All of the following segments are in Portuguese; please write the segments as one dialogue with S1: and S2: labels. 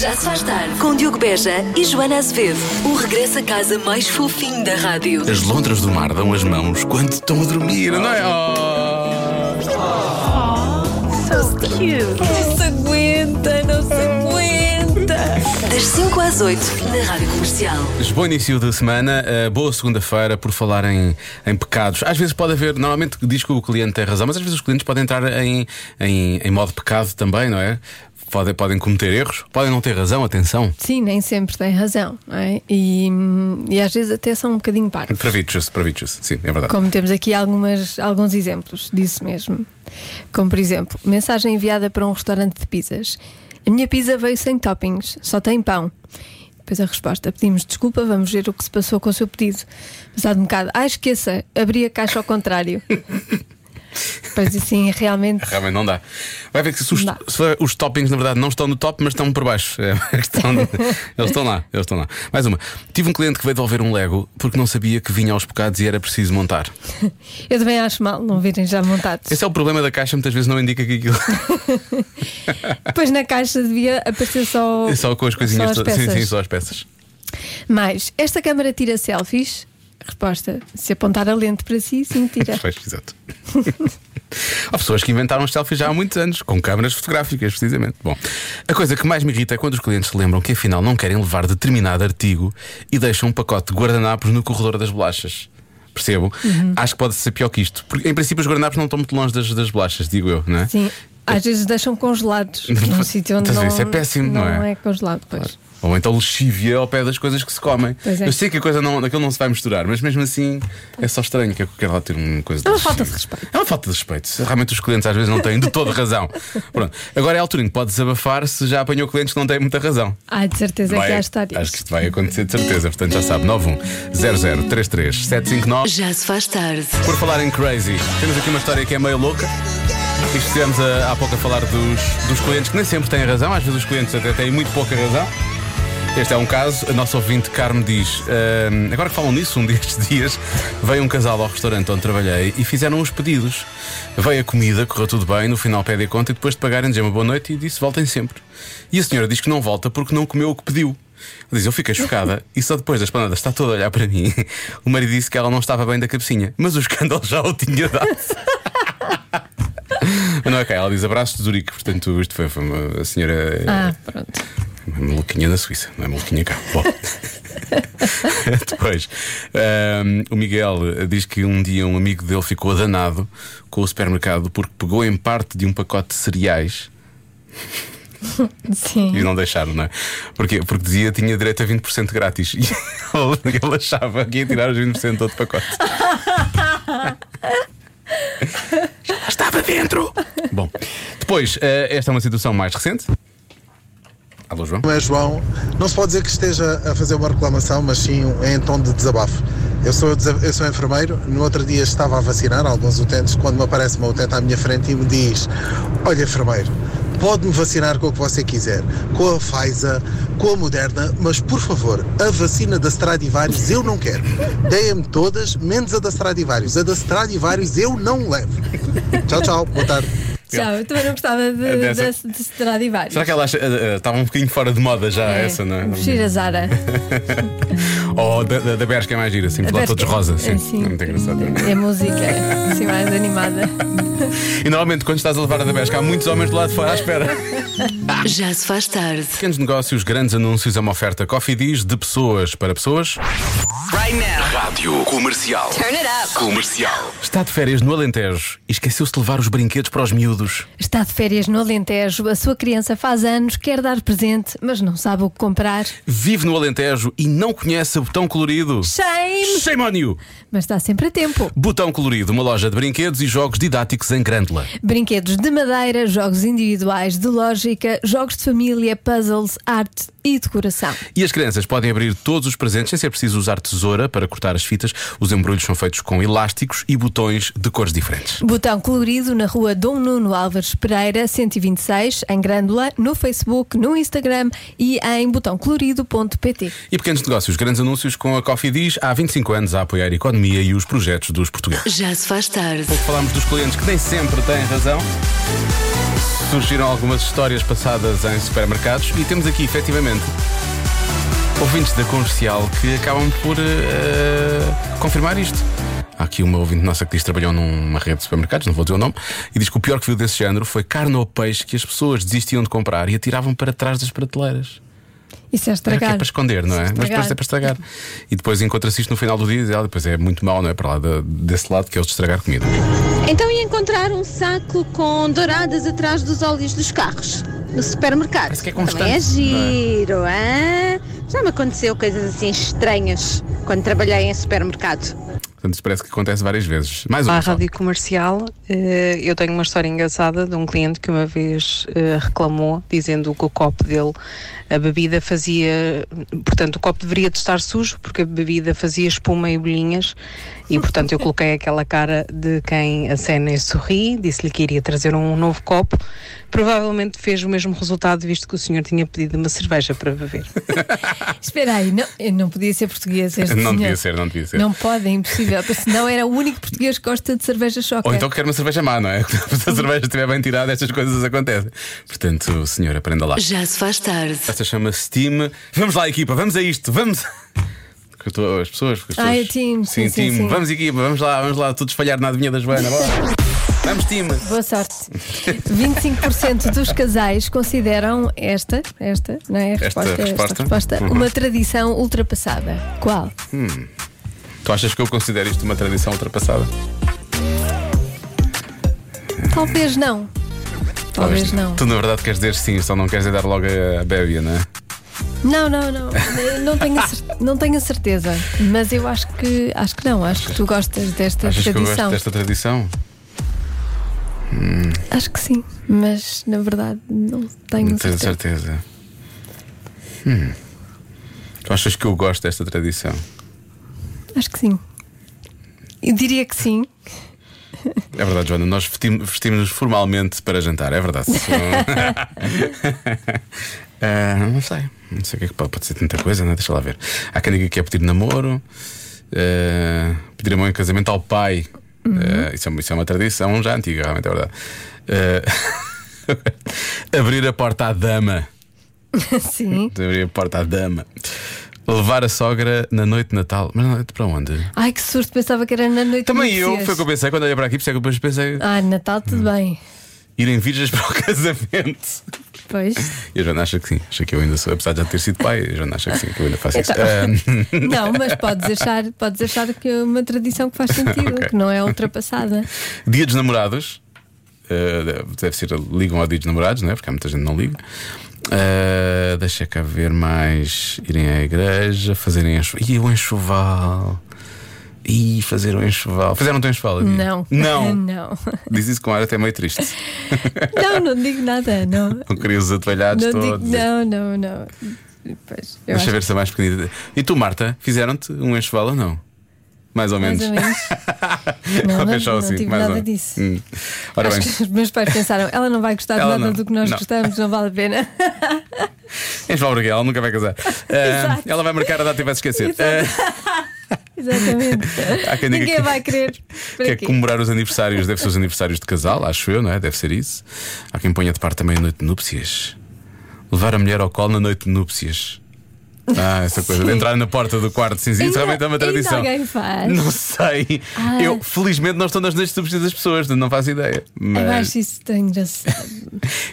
S1: Já se faz tarde com Diogo Beja e Joana Azevedo. O regresso a casa mais fofinho da rádio.
S2: As lontras do mar dão as mãos quando estão a dormir, não é? Oh.
S1: Não se aguenta, não se aguenta. Das 5 às 8 na rádio comercial.
S2: Bom início de semana, eh, boa segunda-feira por falar em, em pecados. Às vezes pode haver, normalmente diz que o cliente tem razão, mas às vezes os clientes podem entrar em, em, em modo pecado também, não é? Podem, podem cometer erros, podem não ter razão, atenção.
S3: Sim, nem sempre tem razão, não é? E, e às vezes até são um bocadinho parvos.
S2: Pravichos, pravichos, sim, é verdade.
S3: Como temos aqui algumas, alguns exemplos disso mesmo. Como, por exemplo, mensagem enviada para um restaurante de pizzas: A minha pizza veio sem toppings, só tem pão. Depois a resposta: Pedimos desculpa, vamos ver o que se passou com o seu pedido. Passado um bocado, ah, esqueça, abri a caixa ao contrário. pois assim, realmente.
S2: Realmente não dá. Vai ver que se os,
S3: Não dá.
S2: se for- os toppings, na verdade, não estão no top, mas estão por baixo. É a questão de- eles estão lá, eles estão lá. Mais uma. Tive um cliente que veio devolver um Lego porque não sabia que vinha aos bocados e era preciso montar.
S3: Eu também acho mal não virem já montados.
S2: Esse é o problema da caixa, muitas vezes não indica que aquilo
S3: Depois na caixa devia aparecer só.
S2: é só com as coisinhas
S3: só Oh. as
S2: todas. Sim,
S3: peças.
S2: sim, só as peças.
S3: Mais, esta câmara tira selfies? Resposta: se apontar a lente para si, sim, tira.
S2: Pois, exato. Há pessoas que inventaram os selfies já há muitos anos, com câmaras fotográficas, precisamente. Bom, a coisa que mais me irrita é quando os clientes se lembram que afinal não querem levar determinado artigo e deixam um pacote de guardanapos no corredor das bolachas. Percebo? Acho que pode ser pior que isto. Porque, em princípio, os guardanapos não estão muito longe das, das bolachas, digo eu, não é?
S3: Sim, às vezes deixam congelados num sítio onde
S2: Estás a
S3: não,
S2: ver, isso é péssimo, não é?
S3: congelado, pois.
S2: Ou então lexívia ao pé das coisas que se comem.
S3: Pois é.
S2: Eu sei que a coisa não, aquilo não se vai misturar, mas mesmo assim é só estranho que eu quero lá ter uma coisa
S3: É uma
S2: desse
S3: falta
S2: género.
S3: de respeito.
S2: É uma falta de respeito. Realmente os clientes às vezes não têm de todo razão. Pronto. Agora é a altura em que pode desabafar se já apanhou clientes que não têm muita razão.
S3: Ah, de certeza que há
S2: é? acho
S3: histórias.
S2: que isto vai acontecer de certeza. Portanto, já sabe, 910033759.
S1: Já se faz tarde.
S2: Por falar em crazy, temos aqui uma história que é meio louca. E estivemos a- há pouco a falar dos, dos clientes que nem sempre têm razão, às vezes os clientes até têm muito pouca razão. Este é um caso, a nossa ouvinte Carmo diz: "Ahm, agora que falam nisso, um destes dias veio um casal ao restaurante onde trabalhei e fizeram os pedidos. Veio a comida, correu tudo bem, no final pede a conta e depois de pagarem dizem uma boa noite e disse: voltem sempre. E a senhora diz que não volta porque não comeu o que pediu. Diz, eu fiquei chocada e só depois da espanada está toda a olhar para mim. O marido disse que ela não estava bem da cabecinha, mas o escândalo já o tinha dado. Mas não é cá, ela diz abraço de Zurique, portanto, isto foi, foi uma, a senhora
S3: Ah, pronto.
S2: uma maluquinha da Suíça, não é maluquinha cá. Bom. Depois, ahm, o Miguel diz que um dia um amigo dele ficou danado com o supermercado porque pegou em parte de um pacote de cereais e
S3: Sim.
S2: não deixaram, não é? Porquê? Porque dizia que tinha direito a 20% grátis e ele, ele achava que ia tirar os 20% do outro pacote. Já estava dentro! Bom, depois, ah, esta é uma situação mais recente. Alô, João?
S4: Não é João, não se pode dizer que esteja a fazer uma reclamação, mas sim um, é em tom de desabafo. Eu sou, desa- eu sou enfermeiro, no outro dia estava a vacinar alguns utentes, quando me aparece uma utente à minha frente e me diz: Olha, enfermeiro, pode-me vacinar com o que você quiser, com a Pfizer, com a Moderna, mas por favor, a vacina da Stradivarius eu não quero. Deem-me todas, menos a da Stradivarius. A da Stradivarius eu não levo. Tchau, tchau, boa tarde.
S3: Tchau, eu também não gostava de, de,
S2: É Dessa-
S3: de, se tirar de vários.
S2: Será que ela acha- eh, eh, estava um bocadinho fora de moda já essa, não é?
S3: Vestir a Zara.
S2: Ou da, da, da Bershka é mais gira, assim,
S3: A
S2: por lá
S3: Bershka.
S2: todos rosa, sim.
S3: É,
S2: É muito engraçado.
S3: É música, assim, mais animada.
S2: E normalmente quando estás a levar a da Bershka há muitos homens do lado de fora à espera.
S1: Já se faz tarde.
S2: Pequenos negócios, grandes anúncios, é uma oferta Coffee Diz de pessoas para pessoas.
S5: Rádio Comercial. Turn it up. Comercial.
S2: Está de férias no Alentejo e esqueceu-se de levar os brinquedos para os miúdos.
S3: Está de férias no Alentejo, a sua criança faz anos, quer dar presente, mas não sabe o que comprar.
S2: Vive no Alentejo e não conhece o botão colorido.
S3: Shame!
S2: Shame on you!
S3: Mas está sempre a tempo.
S2: Botão Colorido, uma loja de brinquedos e jogos didáticos em Grândola.
S3: Brinquedos de madeira, jogos individuais de lógica, jogos de família, puzzles, arte e decoração.
S2: E as crianças podem abrir todos os presentes sem ser preciso usar tesoura para cortar as fitas. Os embrulhos são feitos com elásticos e botões de cores diferentes.
S3: Botão colorido na rua Dom Nuno Álvares Pereira, 126, em Grândola, no Facebook, no Instagram e em botãocolorido.pt.
S2: E pequenos negócios, grandes anúncios com a Coffee Diz há 25 anos a apoiar a economia e os projetos dos portugueses.
S1: Já se faz tarde.
S2: Falámos dos clientes que nem sempre têm razão. Se surgiram algumas histórias passadas em supermercados e temos aqui, efetivamente, ouvintes da comercial que acabam por eh, confirmar isto. Há aqui uma ouvinte nossa que diz que trabalhou numa rede de supermercados, não vou dizer o nome, e diz que o pior que viu desse género foi carne ou peixe que as pessoas desistiam de comprar e atiravam para trás das prateleiras.
S3: Isso é
S2: Era que é
S3: estragar.
S2: para esconder, não é?
S3: Isso
S2: Mas depois é para estragar. E depois encontra-se isto no final do dia e diz, "Ah, depois é muito mau, não é? Para lá da- desse lado que é o de estragar comida.
S6: Então ia encontrar um saco com douradas atrás dos óleos dos carros no supermercado.
S2: Parece que é
S6: Também é
S2: constante,
S6: giro, hã? Já me aconteceu coisas assim estranhas quando trabalhei em supermercado.
S2: Portanto, isso parece que acontece várias vezes. Mais
S7: À
S3: Ah,
S2: uma. Paulo.
S7: rádio comercial, eh, eu tenho uma história engraçada de um cliente que uma vez eh, reclamou, dizendo que o copo dele, a bebida fazia. Portanto, o copo deveria de estar sujo, porque a bebida fazia espuma e bolhinhas. E, portanto, eu coloquei aquela cara de quem a cena e sorri, disse-lhe que iria trazer um novo copo. Provavelmente fez o mesmo resultado, visto que o senhor tinha pedido uma cerveja para beber.
S3: Espera aí, não, eu não podia ser português este
S2: Não devia
S3: senhor.
S2: ser, não devia ser.
S3: Não pode, é impossível. porque Senão era o único português que gosta de cerveja choca.
S2: Ou então quer uma cerveja má, não é? Se a
S3: Uhum.
S2: cerveja estiver bem tirada, estas coisas acontecem. Portanto, senhor, aprenda lá.
S1: Já se faz tarde.
S2: Esta chama-se Steam. Vamos lá, equipa, vamos a isto, vamos. Eu estou- As pessoas. As pessoas...
S3: Ah, é time,
S2: Sim,
S3: sim, sim,
S2: time.
S3: sim.
S2: Vamos, equipa, vamos lá, vamos lá, tudo espalhar na adivinha da Joana. bora. Vamos, time.
S3: Boa sorte. 25% dos casais consideram esta, esta, não é? A
S2: Esta
S3: resposta,
S2: resposta?
S3: resposta,
S2: Uhum.
S3: uma tradição ultrapassada. Qual?
S2: Tu achas que eu considero isto uma tradição ultrapassada?
S3: Talvez não. Talvez não.
S2: Tu, na verdade, queres dizer sim, só não queres é dar logo a bébia, não é?
S3: Não, não, não. Eu Não tenho, a cer- não tenho a certeza. Mas eu acho que acho que não. Acho que tu gostas desta
S2: Achas que eu
S3: tradição.
S2: gosto desta tradição?
S3: Acho que sim. Mas na verdade não tenho
S2: Não tenho
S3: certeza.
S2: certeza. Hum. Tu achas que eu gosto desta tradição?
S3: Acho que sim. Eu diria que sim.
S2: É verdade, Joana, nós vestim- vestimos-nos formalmente para jantar, é verdade. Ah, não sei, não sei o que é que pode, pode ser tanta coisa, né? deixa lá ver. Há quem diga que é pedir namoro, ah, pedir a mão em casamento ao pai. Ah, isso, é, uma- isso é uma tradição já antiga, realmente é verdade. Ah, abrir a porta à dama.
S3: sim.
S2: Abrir a porta à dama. Levar a sogra na noite de Natal. Mas na noite para onde?
S3: Ai que surto, pensava que era na noite
S2: Também
S3: de
S2: eu,
S3: vocês.
S2: foi o que eu pensei quando olhei para aqui, por isso é que depois pensei
S3: Ah, Natal tudo bem.
S2: irem virgens para o casamento.
S3: Pois.
S2: E a Joana acha que sim, acha que eu ainda sou, apesar de já ter sido pai, a Joana acha que sim, que eu ainda faço
S3: Então.
S2: isso. Ah,
S3: Não, mas podes achar, podes achar que é uma tradição que faz sentido,
S2: Ok.
S3: que não é ultrapassada.
S2: dia dos namorados, Ah, deve ser, ligam ao dia dos namorados, não é? Porque há muita gente que não liga. Ah, deixa cá ver mais. Irem à igreja, fazerem enxoval. Ih, o enxoval. Ih, fazer o enxoval. Fizeram o enxoval? Adina?
S3: Não.
S2: Não.
S3: Não.
S2: Diz isso com um ar até meio triste.
S3: Não, não digo nada, não.
S2: Com queridos atolhados
S3: Não digo,
S2: todos.
S3: não, não, não. Pois, eu
S2: Deixa
S3: acho
S2: ver se é mais pequenina. E tu, Marta, fizeram-te um enxoval ou não? Mais ou
S3: que
S2: menos.
S3: mais ou menos. Não,
S2: Ok,
S3: não,
S2: só
S3: não
S2: assim,
S3: tive
S2: mais ou
S3: nada
S2: menos.
S3: disso.
S2: Hum. Ora
S3: acho
S2: bem,
S3: que os meus pais pensaram, ela não vai gostar de
S2: Ela
S3: nada
S2: não,
S3: do que nós
S2: não.
S3: gostamos, não vale a pena.
S2: enxoval Braguel, ela nunca vai casar. Ah, ela vai marcar a data e vai se esquecer. Ah,
S3: Exatamente.
S2: Há quem diga
S3: Ninguém
S2: que- é
S3: vai querer. Para
S2: quer
S3: quê?
S2: comemorar os aniversários, deve ser os aniversários de casal, acho eu, não é? Deve ser isso. Há quem ponha de parte também a noite de núpcias. Levar a mulher ao colo na noite de núpcias. Ah, essa coisa de entrar na porta do quarto cinzento
S3: Ainda-
S2: realmente é uma
S3: ainda
S2: tradição.
S3: alguém faz?
S2: Não sei.
S3: Ah. É
S2: Eu, felizmente, não estou nas noites de núpcias das pessoas, não faço ideia.
S3: Eu
S2: Mas...
S3: acho isso tão engraçado.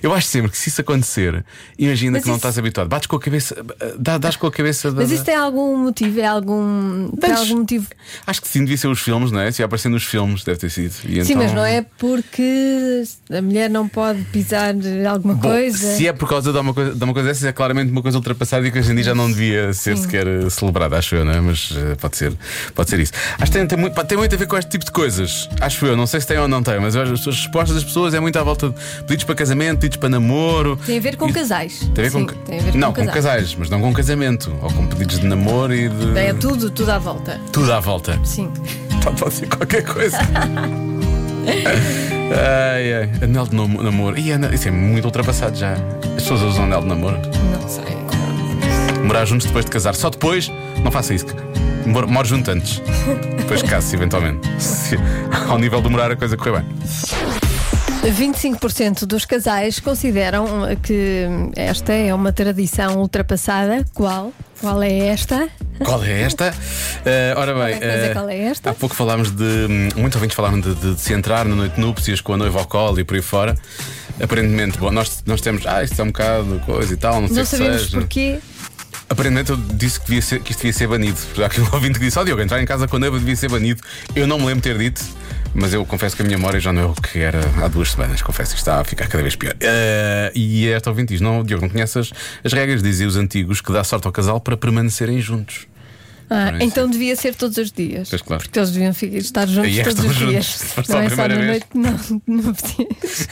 S2: Eu acho sempre que se isso acontecer, imagina
S3: Mas
S2: que não
S3: isso-
S2: estás habituado, bates com a cabeça, dá- dás com a cabeça da.
S3: Mas isso tem algum motivo? É algum, tem
S2: Mas-
S3: algum motivo?
S2: Acho que sim, devia ser os filmes, não é? Se ia aparecer nos filmes, deve ter sido. E
S3: Sim,
S2: então-
S3: mas não é porque a mulher não pode pisar alguma
S2: Bom,
S3: coisa.
S2: Se é por causa de uma coisa, de uma coisa dessas, é claramente uma coisa ultrapassada e que hoje em dia já não devia ser sequer eh, celebrada, acho eu, não é? Mas eh, pode ser, pode ser isso. Acho que tem, tem muito, pá, tem muito a ver com este tipo de coisas, acho eu. Não sei se tem ou não tem, mas eu acho que as pessoas- respostas das pessoas é muito à volta de pedidos para casamento, pedidos para namoro.
S3: Tem a ver com
S2: E-
S3: casais.
S2: Tem a ver
S3: Sim,
S2: com,
S3: tem a ver
S2: não,
S3: com casais.
S2: mas não com casamento. Ou com pedidos de namoro e de.
S3: É tudo, tudo à volta.
S2: Tudo à volta.
S3: Sim.
S2: Pá, Pode ser qualquer coisa. ai, ai. Anel de nam- namoro. Ih, ana- isso é muito ultrapassado já. As pessoas usam anel de namoro.
S3: Não sei.
S2: Morar juntos depois de casar. Só depois, não faça isso. Mor moro junto antes. Depois caso, eventualmente. Se- ao nível de morar, a coisa correu bem.
S3: 25% dos casais consideram que esta é uma tradição ultrapassada. Qual? Qual é esta?
S2: Qual é esta? Eh, ora bem,
S3: que vais dizer
S2: eh,
S3: qual é esta?
S2: há pouco falámos de. hum, Muitos ouvintes falaram de, de, de se entrar na noite de núpcias com a noiva ao colo e por aí fora. Aparentemente, bom, nós, nós temos. Ah, isto é um bocado coisa e tal, não sei
S3: Não
S2: o que
S3: sabemos
S2: seja.
S3: porquê.
S2: Aparentemente, eu disse que, devia ser- que isto devia ser banido. Já que um ouvinte que disse: Ó Diogo, entrar em casa com a noiva devia ser banido. Eu não me lembro ter dito. Mas eu confesso que a minha memória já não é o que era há duas semanas, confesso, isto está a ficar cada vez pior. Eh, e esta ouvinte diz: Não, Diogo, não conheces as regras, diziam os antigos, que dá sorte ao casal para permanecerem juntos.
S3: Ah,
S2: Não é
S3: então
S2: assim.
S3: devia ser todos os dias.
S2: Pois claro.
S3: Porque eles deviam fi- estar juntos
S2: E é que
S3: todos os
S2: estão
S3: dias.
S2: juntos, foste
S3: não
S2: a
S3: é só na
S2: primeira
S3: noite, não, não podias.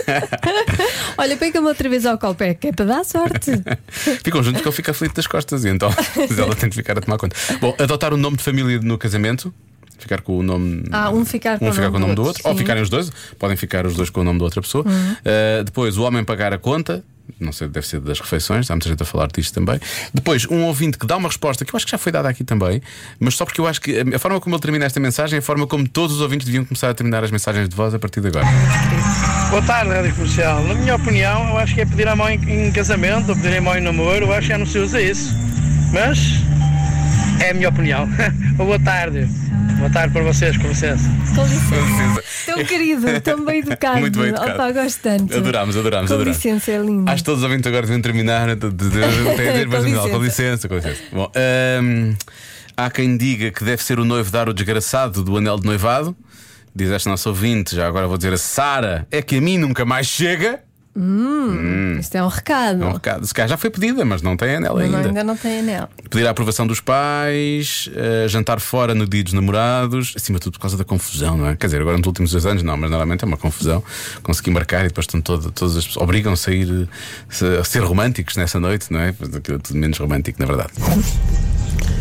S3: Olha, pega-me outra vez ao colpé, que é para dar sorte.
S2: Ficam juntos que ele fica aflito das costas e então mas ela tem de ficar a tomar conta. Bom, adotar o nome de família no casamento, ficar com o nome.
S3: Ah, um ficar com o
S2: ficar
S3: nome
S2: com o nome do outro, ou
S3: sim. Uhum.
S2: ficarem os dois, podem ficar os dois com o nome da outra pessoa. Uh, depois, o homem pagar a conta. Não sei, deve ser das refeições, há muita gente a falar disto também. Depois, um ouvinte que dá uma resposta que eu acho que já foi dada aqui também, mas só porque eu acho que a- a forma como ele termina esta mensagem é a forma como todos os ouvintes deviam começar a terminar as mensagens de voz a partir de agora.
S8: Boa tarde, Rádio Comercial. Na minha opinião, eu acho que é pedir a mão em, em casamento ou pedir a mão em namoro. Eu acho que já não se usa isso. Mas é a minha opinião. Uma Boa tarde. Boa tarde para vocês, com licença.
S3: Com licença. Tão querido, tão bem educado.
S2: Muito bem educado.
S3: Opa, gosto tanto.
S2: Adorámos, adorámos,
S3: Com
S2: adorámos.
S3: licença, é lindo.
S2: Acho que todos os ouvintes agora devem terminar. né? de- de- de- Tem a dizer
S3: Com
S2: mais final. Com
S3: licença.
S2: licença, com licença. Bom, hum, há quem diga que deve ser o noivo dar o desgraçado do anel de noivado. Diz esta nossa ouvinte, já agora vou dizer a Sara, é que a mim nunca mais chega.
S3: Isto é um recado.
S2: É um recado. Se calhar já foi pedida, mas não tem anel
S3: Não,
S2: ainda.
S3: ainda não tem anel.
S2: Pedir a aprovação dos pais, eh, jantar fora no dia dos namorados, acima de tudo por causa da confusão, não é? Quer dizer, agora nos últimos dois anos não, mas normalmente é uma confusão. Consegui marcar e depois estão todo, todas as pessoas obrigam-se a, ir, eh, a ser românticos nessa noite, não é? Pois aquilo é tudo menos romântico, na verdade.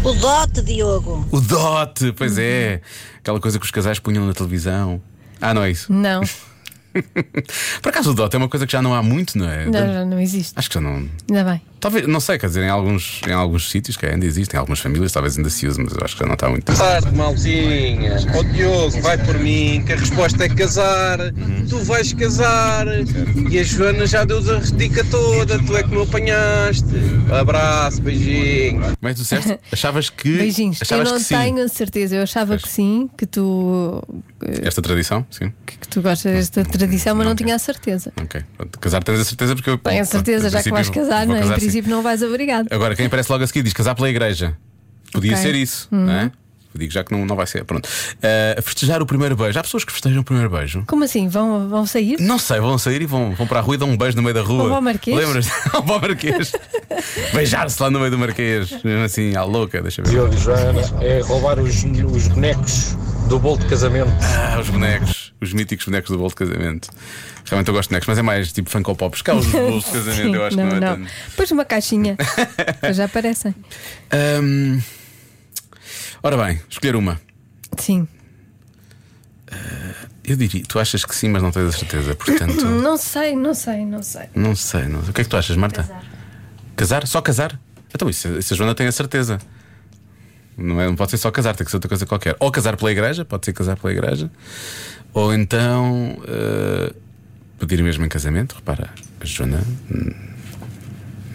S9: O dote, Diogo.
S2: O dote, pois é. Aquela coisa que os casais punham na televisão. Ah, não é isso?
S3: Não,
S2: Por acaso o dote é uma coisa que já não há muito, não é?
S3: não, já não existe.
S2: Acho que já não.
S3: Ainda bem.
S2: Talvez, não sei, quer dizer, em alguns, em alguns sítios que ainda existem, em algumas famílias talvez ainda se use, mas eu acho que já não está muito.
S10: tarde, malzinha. Ó Diogo, vai por mim, que a resposta é casar. Tu vais casar. E a Joana já deu a dica toda, tu é que não apanhaste. Abraço, beijinho.
S2: Como é que tu disseste? Achavas que.
S3: Beijinhos.
S2: Achavas
S3: eu não
S2: que sim.
S3: tenho certeza. Eu achava que sim, que tu,
S2: Esta tradição? Sim.
S3: que, que tu gostas desta tradição, mas não
S2: Ok.
S3: tinha a certeza.
S2: Ok. Pronto. Casar tens a certeza porque eu.
S3: Tenho a certeza,
S2: Em
S3: já que
S2: princípio,
S3: vais
S2: vou- vou
S3: casar, não é? Em
S2: casar, sim.
S3: princípio não vais obrigado.
S2: Agora, quem aparece logo a seguir diz casar pela igreja. Podia
S3: Ok. Uhum.
S2: ser isso, não é? Digo já que não, não vai ser. Pronto. Ah, festejar o primeiro beijo. Há pessoas que festejam o primeiro beijo.
S3: Como assim? Vão, vão sair?
S2: Não sei, vão sair e vão, vão para a rua e dão um beijo no meio da rua.
S3: Ou ao Marquês?
S2: Lembras? Ou para o Marquês. Beijar-se lá no meio do Marquês. Mesmo assim, à louca, deixa eu ver.
S11: Diogo e Joana é roubar os, os bonecos do bolo de casamento.
S2: Ah, os bonecos, os míticos bonecos do bolo de casamento. Realmente eu gosto de bonecos, mas é mais tipo Funko Pops. Cá os bolos de casamento,
S3: Sim,
S2: eu acho que não, é tanto.
S3: Pois uma caixinha. Depois já aparecem.
S2: Hum, ora bem, escolher uma.
S3: Sim.
S2: Eu diria, tu achas que sim, mas não tens a certeza, portanto.
S3: Não sei, não sei, não sei.
S2: não sei, não sei. O que é que tu achas, Marta? Casar. Só casar? Então, isso, isso a Joana tem a certeza. Não, é, não pode ser só casar, tem que ser outra coisa qualquer. Ou casar pela igreja, pode ser casar pela igreja. Ou então. eh, pedir mesmo em casamento, repara, a Joana. hum,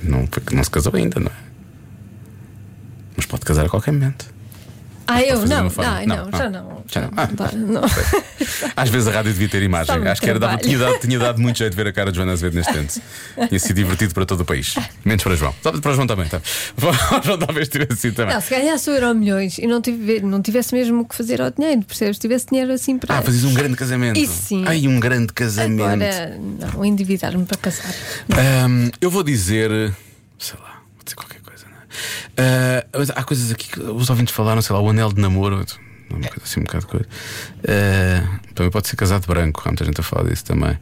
S2: Não, porque não se casou ainda, não é? Mas pode casar a qualquer momento.
S3: Ah, eu
S2: fazer
S3: não,
S2: uma forma.
S3: não,
S2: Não,
S3: não, já
S2: não.
S3: não.
S2: Já não. Ah,
S3: dá, não.
S2: Às vezes a rádio devia ter
S3: Só
S2: imagem.
S3: muito
S2: Acho que era dado,
S3: trabalho.
S2: tinha, dado, tinha dado muito jeito de ver a cara de Joana Azevedo neste tanto. Tinha sido divertido para todo o país. Menos para João. Só Para João também, tá? Para João talvez tivesse sido também.
S3: Não, se ganhasse o euro milhões e não, tive, não tivesse mesmo o que fazer ao dinheiro, percebes? Tivesse dinheiro assim para.
S2: Ah, fazes um grande casamento.
S3: Isso sim.
S2: Ai, um grande casamento.
S3: Agora, não, endividar-me para casar.
S2: Ahm, eu vou dizer. Sei lá, vou dizer qualquer coisa, não é? Ah, mas há coisas aqui que os ouvintes falaram, sei lá, o anel de namoro. é Uma coisa assim, um bocado de coisa. Ah, também pode ser casado branco, há muita gente a falar disso também.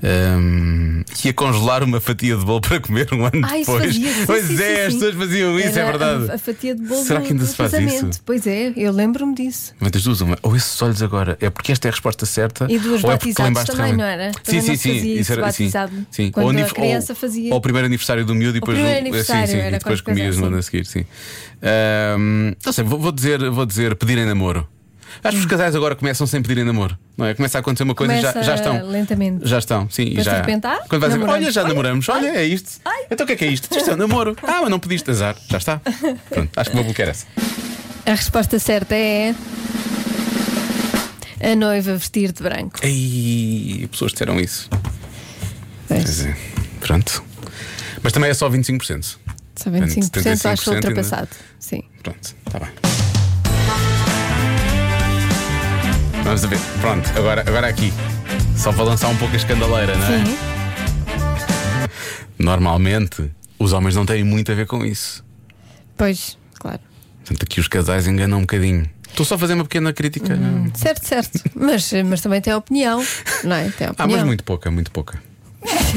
S2: Ahm, que ia congelar uma fatia de bolo para comer um ano
S3: Ah, isso
S2: depois.
S3: fazia, sim,
S2: pois
S3: sim,
S2: é,
S3: sim,
S2: as
S3: sim.
S2: pessoas faziam isso, é
S3: Era
S2: verdade.
S3: A, a fatia de bolo
S2: Será
S3: do-
S2: que ainda
S3: do
S2: se faz
S3: casamento.
S2: isso?
S3: Pois é, eu lembro-me disso.
S2: Mas das duas, uma. Ou esses olhos agora. É porque esta é a resposta certa.
S3: E dos
S2: ou é porque tu
S3: batizados
S2: lembraste
S3: também,
S2: realmente.
S3: não era?
S2: Sim,
S3: Também
S2: sim,
S3: não se
S2: sim.
S3: fazia
S2: Isso
S3: isso,
S2: era,
S3: batizado.
S2: Sim, sim.
S3: Quando
S2: ou
S3: a
S2: anif-
S3: criança
S2: ou-
S3: fazia.
S2: Ou o primeiro aniversário do miúdo e depois
S3: primeiro
S2: no-
S3: aniversário
S2: sim, sim,
S3: era
S2: e depois
S3: qualquer coisa
S2: comias no
S3: assim.
S2: ano a seguir, sim. Ahm, não sei, vou, vou dizer, vou dizer pedir em namoro. Acho
S3: Hum.
S2: que os casais agora começam sem pedir em namoro, não é? Começa a acontecer uma coisa e já,
S3: Começa
S2: já estão.
S3: Lentamente.
S2: Já estão, sim. e
S3: Depois de
S2: já.
S3: repente, ah,
S2: Quando vais a ver,
S3: namoramos.
S2: olha, já namoramos, olha, é isto. Então o que é que é isto? Isto é um namoro. Ah, mas não pediste azar, já está. Pronto, acho que vou bloquear essa.
S3: A resposta certa é. A noiva vestir de branco.
S2: Ei, pessoas disseram isso. Pois é. Pronto. Mas também é só 25%.
S3: Só 25% acho
S2: 75% ainda.
S3: ultrapassado. Sim.
S2: Pronto, está bem. Vamos a ver. Pronto, agora, agora aqui. Só para lançar um pouco a escandaleira, não é?
S3: Sim.
S2: Normalmente, os homens não têm muito a ver com isso.
S3: Pois, claro.
S2: Portanto, aqui os casais enganam um bocadinho. Estou só a fazer uma pequena crítica.
S3: Certo, certo. Mas, mas também tem opinião, não é? Tem opinião.
S2: Ah, mas muito pouca, muito pouca.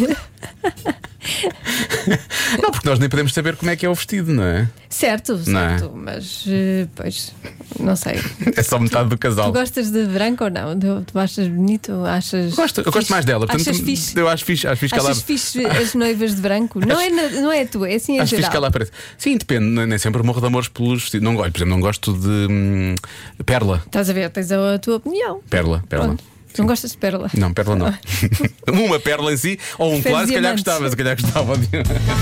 S2: não, porque nós nem podemos saber como é que é o vestido, não é?
S3: Certo,
S2: Não é?
S3: certo. Mas, eh, pois, não sei.
S2: É só metade do
S3: Tu
S2: casal.
S3: gostas de branco ou não? Tu, tu achas bonito? Achas.
S2: Gosto, eu gosto mais dela. Portanto,
S3: Achas fixe?
S2: Eu acho fixe, acho fixe que ela.
S3: Achas fixe as noivas de branco? Não é, na- não é tu, é assim em
S2: Acho fixe
S3: geral.
S2: que ela aparece. Sim, depende, né, nem nem sempre morro de amores pelos. vestidos. Não gosto, por exemplo, não gosto de hum, perla.
S3: Estás a ver, tens a, a tua opinião.
S2: Perla, perla.
S3: Pronto. Não gostas de pérola?
S2: Não, pérola não. Uma pérola em si, ou um
S3: Prefere
S2: claro, se calhar
S3: diamantes.
S2: gostava, se calhar gostava. um.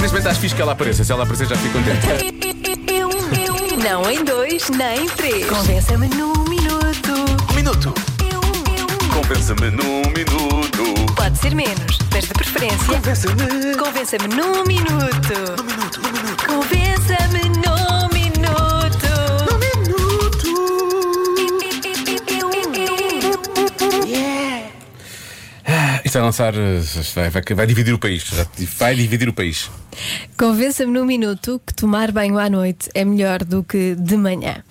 S2: Neste momento acho fixe que ela apareça. Se ela aparecer, já fico contente.
S1: Eu, eu, não em dois, nem em três. Convença-me num minuto.
S2: Um minuto. Compensa-me num minuto.
S1: Pode ser menos, mas de preferência. Convença-me. Convença-me num minuto. Num minuto, num minuto. Convença-me num minuto. Num minuto. Yeah.
S2: Isto vai lançar. eh, Vai, vai, vai dividir o país. já te- Vai dividir o país.
S3: Convença-me num minuto que tomar banho à noite é melhor do que de manhã.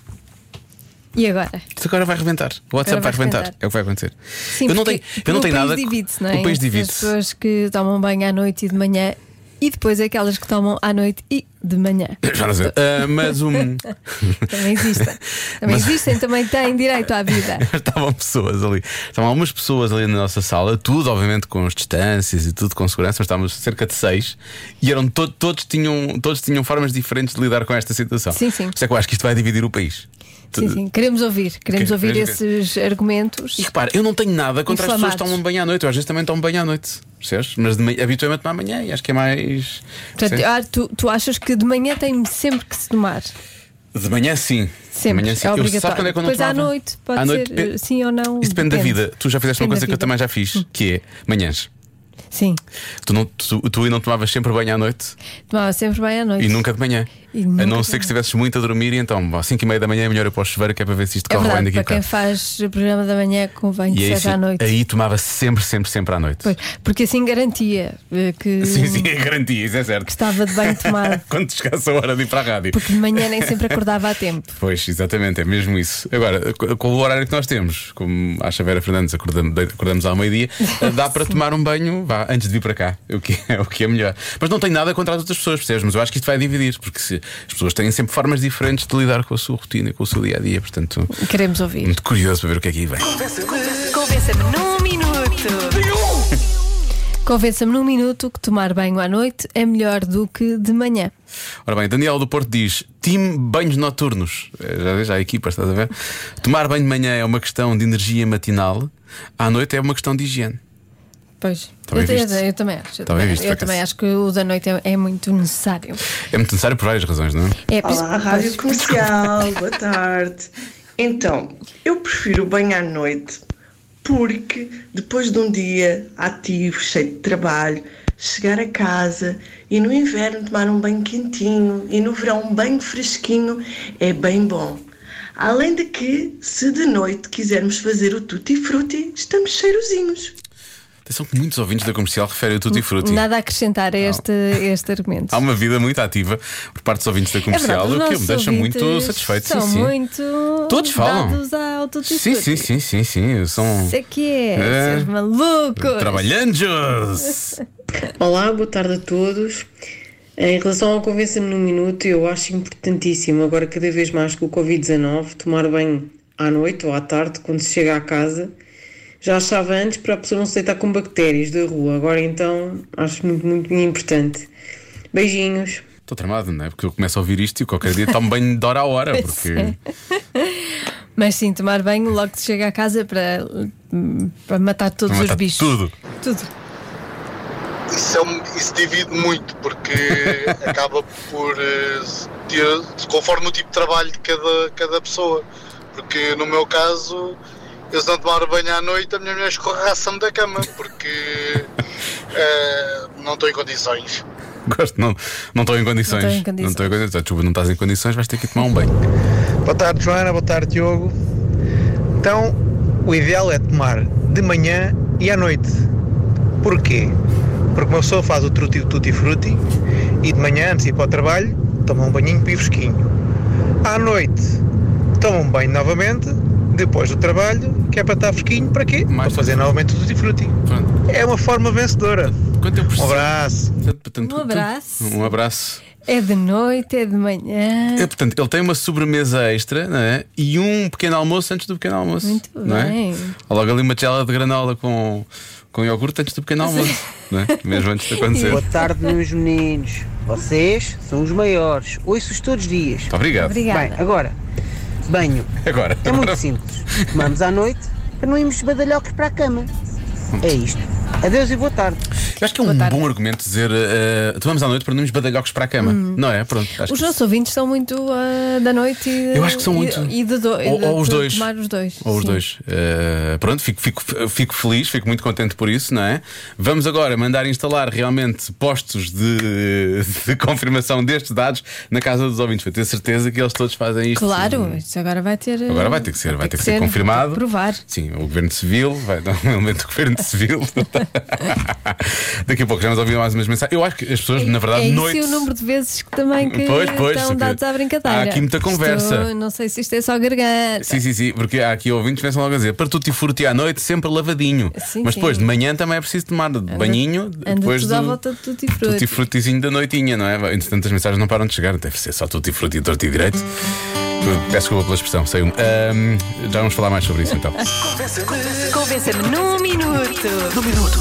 S3: E agora?
S2: Isto agora vai reventar. O WhatsApp vai,
S3: Agora vai
S2: reventar.
S3: reventar.
S2: É o que vai acontecer.
S3: Sim,
S2: eu não
S3: porque-
S2: tenho, eu não tenho
S3: porque o país
S2: nada.
S3: divide-se, não é?
S2: O país
S3: Entre As
S2: divide-se.
S3: pessoas que tomam banho à noite e de manhã e depois aquelas que tomam à noite e de manhã.
S2: Já não sei. Ah, mas um.
S3: Também existem. Também
S2: Mas-
S3: existem, também têm direito à vida.
S2: Estavam pessoas ali. Estavam algumas pessoas ali na nossa sala, tudo, obviamente, com as distâncias e tudo com segurança, mas estávamos cerca de seis e eram to- todos, tinham, todos tinham formas diferentes de lidar com esta situação.
S3: Sim, sim.
S2: Por isso é que eu acho que isto vai dividir o país.
S3: Sim, sim. Queremos ouvir, queremos
S2: Que-
S3: ouvir
S2: queremos
S3: esses argumentos.
S2: E repara, eu não tenho nada contra as pessoas
S3: Inflamados.
S2: que tomam banho à noite. Eu às vezes também tomo banho à noite, percebes? Mas de manhã- habituei-me a tomar amanhã e acho que é mais.
S3: Portanto,
S2: percebes?
S3: ah, tu, tu achas que de manhã tem sempre que se tomar?
S2: De manhã sim. de
S3: Sempre.
S2: manhã, sim.
S3: É
S2: eu, sabes
S3: obrigatório.
S2: quando é que eu não
S3: Depois à
S2: tomava?
S3: noite, pode
S2: À noite,
S3: ser
S2: pe-
S3: eh, sim ou não.
S2: Isso depende, da vida. Tu já fizeste uma
S3: Depende
S2: coisa
S3: da
S2: que eu
S3: vida. Hum.
S2: também já fiz, que é manhãs.
S3: Sim,
S2: Tu, não, tu, tu aí não tomavas sempre banho à noite
S3: tomava sempre bem à noite.
S2: e nunca de manhã.
S3: É E
S2: a
S3: nunca
S2: não
S3: de
S2: ser que estivesses muito a dormir, e então às 5 e meia da manhã é melhor eu para o chuveiro, que é para ver se isto
S3: É
S2: corre bem
S3: verdade,
S2: daqui a
S3: para quem
S2: bocado.
S3: faz o programa da manhã convém que
S2: E é aí,
S3: seja à noite.
S2: aí tomava sempre, sempre, sempre à noite.
S3: Pois, porque assim garantia eh, que,
S2: Sim, sim, é garantia, isso é certo.
S3: que estava de bem tomado.
S2: Quando chegasse a hora de ir para a rádio.
S3: Porque de manhã nem sempre acordava a tempo.
S2: Pois, exatamente, é mesmo isso. Agora, co- com o horário que nós temos, como acha Vera Fernandes, acordamos, de- acordamos ao meio-dia, dá para tomar um banho vá, antes de vir para cá, o que, é, o que é melhor. Mas não tenho nada contra as outras pessoas, percebes? Mas eu acho que isto vai dividir, porque se- as pessoas têm sempre formas diferentes de lidar com a sua rotina, e com o seu dia a dia, portanto,
S3: Queremos ouvir.
S2: muito curioso para ver o que é que aí vem.
S1: Convença-me num minuto.
S3: Convença-me num minuto que tomar banho à noite é melhor do que de manhã.
S2: Ora bem, Daniel do Porto diz: time banhos noturnos. Eh, Já vejo a equipa, estás a ver? Tomar banho de manhã é uma questão de energia matinal, à noite é uma questão de higiene.
S3: Pois, eu,
S2: Também
S3: eu-
S2: viste.
S3: eu também acho.
S2: Também
S3: Eu, também,
S2: viste,
S3: eu
S2: por
S3: também acho que o da noite é, é muito necessário.
S2: É muito necessário por várias razões, não é?
S3: É, por isso-
S12: Olá, Rádio Comercial, boa tarde. Então, eu prefiro banho à noite porque depois de um dia ativo, cheio de trabalho, chegar a casa e no inverno tomar um banho quentinho e no verão um banho fresquinho é bem bom. Além de que, se de noite quisermos fazer o tutti frutti, estamos cheirosinhos.
S2: Atenção que muitos ouvintes da comercial referem o Tutti Frutti.
S3: nada a acrescentar a este, a este argumento.
S2: Há uma vida muito ativa por parte dos ouvintes da comercial,
S3: É verdade, os
S2: o que
S3: nossos
S2: me deixa muito
S3: ouvintes
S2: satisfeito.
S3: São
S2: sim, sim.
S3: muito
S2: Todos falam.
S3: dados ao tutti
S2: Sim,
S3: frutti.
S2: sim, sim, sim, um sim. São
S3: Isso é que é,
S2: É.
S3: seus malucos.
S2: trabalhantes.
S13: Olá, boa tarde a todos. Em relação ao Convença-me num Minuto, eu acho importantíssimo, agora cada vez mais com o Covid-19, tomar banho à noite ou à tarde, quando se chega à casa. Já achava antes para a pessoa não se deitar com bactérias da rua, agora então acho muito, muito importante. Beijinhos.
S2: Estou tramado, não é? Porque eu começo a ouvir isto e qualquer dia tomo banho de hora a hora,
S3: Pois
S2: porque.
S3: é. Mas sim, tomar banho logo que se chega a casa para, para matar todos
S2: Matar
S3: os bichos.
S2: tudo.
S3: Tudo.
S14: Isso, é um- isso divide muito, porque acaba por. eh, ter- conforme o tipo de trabalho de cada, cada pessoa. Porque no meu caso, eu se não tomar banho à noite, a minha mulher escorraça-me da cama, porque. eh, não estou em condições.
S2: Gosto, não, não estou em condições.
S14: Não estou em
S2: Não estou em condições. Desculpa, não estás em condições, vais ter que ir tomar um banho.
S15: Boa tarde, Joana. Boa tarde, Diogo. Então, o ideal é tomar de manhã e à noite. Porquê? Porque uma pessoa faz o truti tutti frutti e de manhã, antes de ir para o trabalho, toma um banhinho para ir fresquinho. À noite, toma um banho novamente, depois do trabalho, que é para estar fresquinho, para quê? para fazer novamente o tutti frutti. É uma forma vencedora. um abraço.
S3: Um abraço.
S2: Um abraço.
S3: É de noite, é de manhã.
S2: É, portanto, ele tem uma sobremesa extra não é? e um pequeno almoço antes do pequeno almoço.
S3: Muito
S2: não é?
S3: bem.
S2: Ou logo ali uma tigela de granola com, com iogurte antes do pequeno almoço. não é? Mesmo antes de acontecer.
S16: Boa tarde, meus meninos. Vocês são os maiores. Ouço-os todos os dias.
S2: Muito obrigado. Obrigada.
S16: Bem, agora, banho.
S2: Agora.
S16: É muito simples. Tomamos à noite para não irmos badalhocos para a cama. É isto. Adeus e boa tarde.
S2: Eu acho que é um bom argumento dizer eh, tomamos à noite para não nos badalhocos para a cama.
S3: Hum.
S2: Não é? Pronto. Acho
S3: Os
S2: que-
S3: nossos ouvintes são muito ah, da noite e
S2: Eu acho que são
S3: e-
S2: muito.
S3: E de do,
S2: Ou-
S3: de-
S2: ou os
S3: de
S2: dois.
S3: tomar os dois.
S2: Ou os
S3: sim.
S2: dois. Eh, pronto, fico, fico, fico feliz, fico muito contente por isso, não é? Vamos agora mandar instalar realmente postos de, de confirmação destes dados na casa dos ouvintes, para ter certeza que eles todos fazem isto.
S3: Claro, isso agora vai ter. ah,
S2: Agora vai ter que ser, vai ter que ser confirmado.
S3: Provar.
S2: Sim, o Governo Civil, vai dar um elemento do Governo Civil. Daqui a pouco já vamos ouvir mais umas mensagens. Eu acho que as pessoas, na verdade,
S3: é isso
S2: noite.
S3: e o número de vezes que também que
S2: Pois, pois,
S3: estão
S2: porque
S3: dados à brincadeira.
S2: há aqui muita conversa.
S3: Isto, não sei se isto é só garganta.
S2: Sim, sim, sim, porque há aqui ouvintes que pensam logo a dizer para tutti frutti à noite, sempre lavadinho.
S3: Sim,
S2: Mas depois
S3: sim.
S2: de manhã também é preciso tomar de banhinho,
S3: Anda
S2: depois
S3: tudo à
S2: do
S3: volta de tutti
S2: tutti
S3: frutti.
S2: fruttizinho da noitinha, não é? Entretanto, as mensagens não param de chegar, deve ser só tutti frutti torto e direito. Peço desculpa pela expressão, sei um. Ahm, já vamos falar mais sobre isso então.
S1: Convença-me num minuto. Num minuto.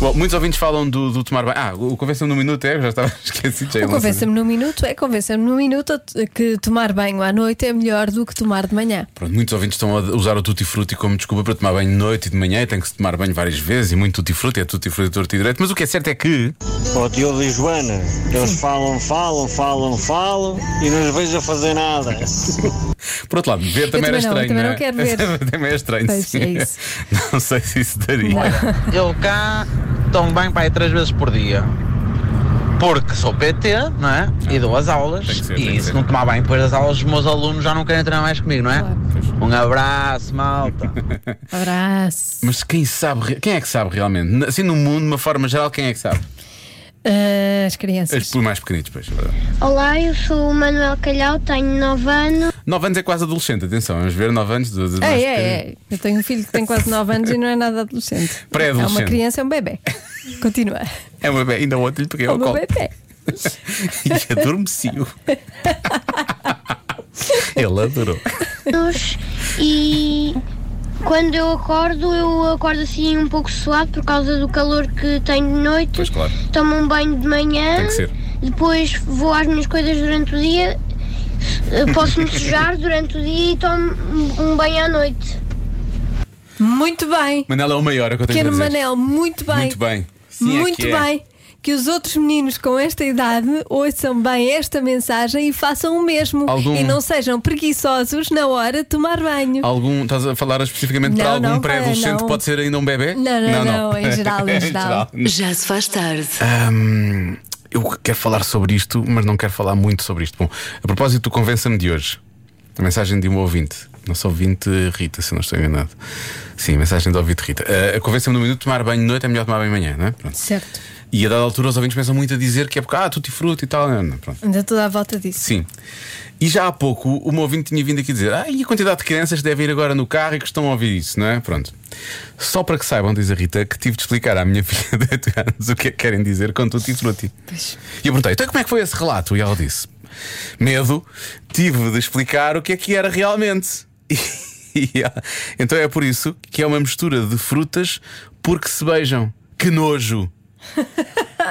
S2: Bom, muitos ouvintes falam do, do tomar banho. Ah, o convenção no minuto é, eu já estava esquecido. já ia
S3: O
S2: lançar.
S3: Convença-me num minuto é convença-me num minuto que tomar banho à noite é melhor do que tomar de manhã.
S2: Pronto, muitos ouvintes estão a usar o tutti frutti como desculpa para tomar banho de noite e de manhã e tem que se tomar banho várias vezes e muito tutti frutti, é tutti frutti torto e direito. Mas o que é certo é que.
S17: Ó Diogo e Joana, eles falam, falam, falam, falam e não os vejo a fazer nada.
S2: Por outro lado, ver também,
S17: também
S2: era
S17: não, eu
S2: estranho.
S17: também
S2: é?
S17: não quero ver.
S2: também é estranho.
S17: Pois,
S2: sim.
S17: é isso.
S2: Não sei se isso daria.
S18: Eu cá tomo banho para aí três vezes por dia. Porque sou PT, não é? E dou as aulas. e se não tomar banho depois das aulas, os meus alunos já não querem treinar mais comigo, não é? Um abraço, malta.
S3: Abraço.
S2: Mas quem sabe, re- quem é que sabe realmente? Na- Assim no mundo, de uma forma geral, quem é que sabe?
S3: Ah, as crianças.
S2: Os mais pequenitos, pois. é verdade.
S19: Olá, eu sou o Manuel Calhau, tenho 9 anos.
S2: Nove anos é quase adolescente, atenção, vamos ver nove anos. De, de-
S3: É,
S2: mais
S3: é,
S2: pequenino.
S3: é. Eu tenho um filho que tem quase 9 anos e não é nada adolescente. É
S2: Pré-adolescente.
S3: uma criança, é um bebê. Continua.
S2: É um bebê, ainda ontem lhe peguei
S3: É um
S2: ao colo
S3: bebê.
S2: e adormeciu. Ele adorou.
S19: E quando eu acordo, eu acordo assim um pouco suado por causa do calor que tenho de noite.
S2: Pois claro.
S19: Tomo um banho de manhã.
S2: Tem que ser.
S19: Depois vou às minhas coisas durante o dia. Eh, Posso-me sujar durante o dia e tomo um- um banho à noite.
S3: Muito bem.
S2: Manel é o maior, é o que eu tenho
S3: Pequeno
S2: a dizer.
S3: Manel, muito bem.
S2: Muito bem. Sim, é
S3: Muito
S2: que é.
S3: bem. Que os outros meninos com esta idade ouçam bem esta mensagem e façam o mesmo.
S2: Algum-
S3: E não sejam preguiçosos na hora de tomar banho.
S2: Algum, estás a falar especificamente para
S3: Não,
S2: algum
S3: não,
S2: pré-adolescente?
S3: não.
S2: Pode ser ainda um bebê?
S3: Não, não, não, em geral, em geral.
S1: Já se faz tarde.
S2: Ahm, eu quero falar sobre isto, mas não quero falar muito sobre isto. Bom, a propósito do Convença-me de hoje, a mensagem de um ouvinte, nosso ouvinte Rita, se eu não estou enganado. Sim, mensagem do ouvinte Rita. Ah, Convença-me no minuto, tomar banho de noite é melhor tomar banho de manhã, não é? Pronto.
S3: Certo.
S2: E a dada altura os ouvintes começam muito a dizer que é porque, ah, tutti frutti e tal. Não, não, pronto.
S3: Anda toda à volta disso.
S2: Sim. E já há pouco o meu ouvinte tinha vindo aqui dizer: Ah, e a quantidade de crianças que devem ir agora no carro e que estão a ouvir isso, não é? Pronto. Só para que saibam, diz a Rita, que tive de explicar à minha filha de 8 anos o que é que querem dizer com tutti frutti. E eu perguntei: Então como é que foi esse relato? E ela disse: Medo, tive de explicar o que é que era realmente. E ela- então é por isso que é uma mistura de frutas porque se beijam. Que nojo!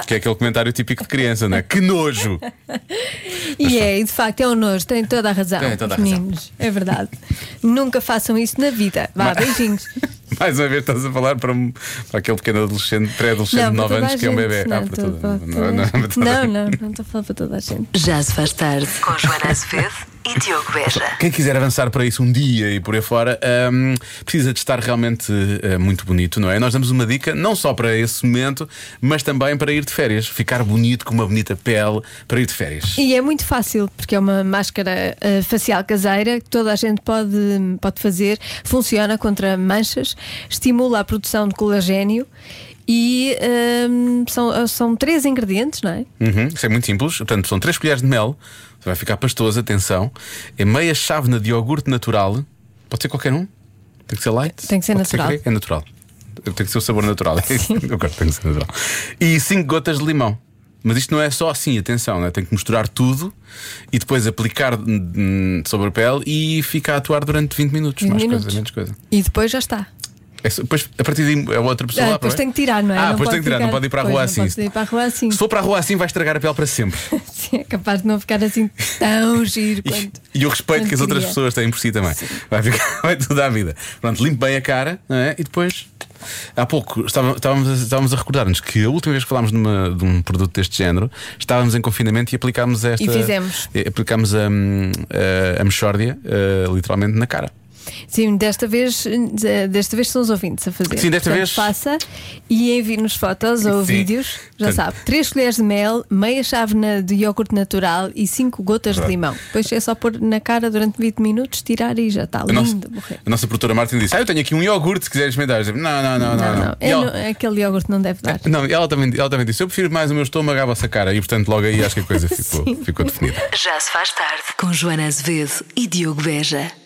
S2: Que é aquele comentário típico de criança, não é? Que nojo!
S3: E é, e de facto é um nojo, tem toda a razão.
S2: Tem toda a
S3: os meninos, é verdade. Nunca façam isso na vida. Vá,
S2: Mas-
S3: beijinhos.
S2: Mais uma vez estás a falar para, um- para aquele pequeno adolescente, pré-adolescente
S3: Não,
S2: de 9
S3: para toda a
S2: anos que é um
S3: gente,
S2: bebê.
S3: não,
S2: Ah, para
S3: toda-
S2: toda-
S3: para
S2: não, não, para toda-
S3: Não, não, não estou a falar para toda a gente.
S1: Já se faz tarde com Joana Azevedo e Diogo Beja.
S2: Quem quiser avançar para isso um dia e por aí fora, hum, precisa de estar realmente eh, muito bonito, não é? Nós damos uma dica não só para esse momento, mas também para ir de férias. Ficar bonito, com uma bonita pele, para ir de férias.
S3: E é muito fácil, porque é uma máscara eh, facial caseira que toda a gente pode, pode fazer, funciona contra manchas, estimula a produção de colagênio e ehm, são, são três ingredientes, não é?
S2: Uhum, isso é muito simples. Portanto, são 3 colheres de mel. Vai ficar pastoso, atenção. É meia chávena de iogurte natural. Pode ser qualquer um? Tem que ser light?
S3: Tem que ser
S2: Pode
S3: natural.
S2: creio. é natural. Tem que ser o sabor natural. Eu gosto, tem que ser natural. E 5 gotas de limão. Mas isto não é só assim, atenção, né? tem que misturar tudo e depois aplicar hum, sobre a pele e fica a atuar durante 20 minutos.
S3: 20
S2: mais
S3: minutos.
S2: coisa, menos coisa.
S3: E depois já está.
S2: É só- depois, a partir de é outra pessoa
S3: Ah,
S2: lá
S3: depois
S2: para ver.
S3: tem que tirar, não é?
S2: Ah, depois
S3: pode
S2: tem que tirar, não pode ir para a
S3: Pois,
S2: rua
S3: não
S2: assim.
S3: pode ir para a rua assim.
S2: Se for para a rua assim, vai estragar a pele para sempre.
S3: Sim, é capaz de não ficar assim tão giro quanto.
S2: E o respeito
S3: Não
S2: que as outras
S3: queria.
S2: pessoas têm por si também. Vai ficar vai tudo à vida. Pronto, limpe bem a cara não é? e depois. Há pouco estava- estávamos, a- estávamos a recordar-nos que a última vez que falámos de, uma- de um produto deste género estávamos em confinamento e aplicámos esta.
S3: E fizemos.
S2: e Aplicámos a, hum, a, a mexórdia eh, literalmente na cara.
S3: Sim, desta vez, eh, desta vez são os ouvintes a fazer.
S2: Sim, desta
S3: Portanto,
S2: vez-
S3: Faça e envie-nos fotos ou
S2: Sim.
S3: vídeos. Já
S2: Portanto-
S3: sabe, 3 colheres de mel, meia chávena de iogurte natural e 5 gotas de
S2: Verdade.
S3: limão. Depois é só pôr na cara durante 20 minutos, tirar e já está
S2: A nossa,
S3: lindo. morrer.
S2: a nossa produtora Martin disse: Ah, eu tenho aqui um iogurte se quiseres experimentar. Eu disse, Não, não, não, não. não,
S3: Não,
S2: E
S3: é,
S2: ela-
S3: não- aquele iogurte não deve dar.
S2: Não, ela também, ela também disse: Eu prefiro mais o meu estômago à vossa cara. E portanto, logo aí acho que a coisa ficou, ficou definida.
S1: Já se faz tarde com Joana Azevedo e Diogo Beja.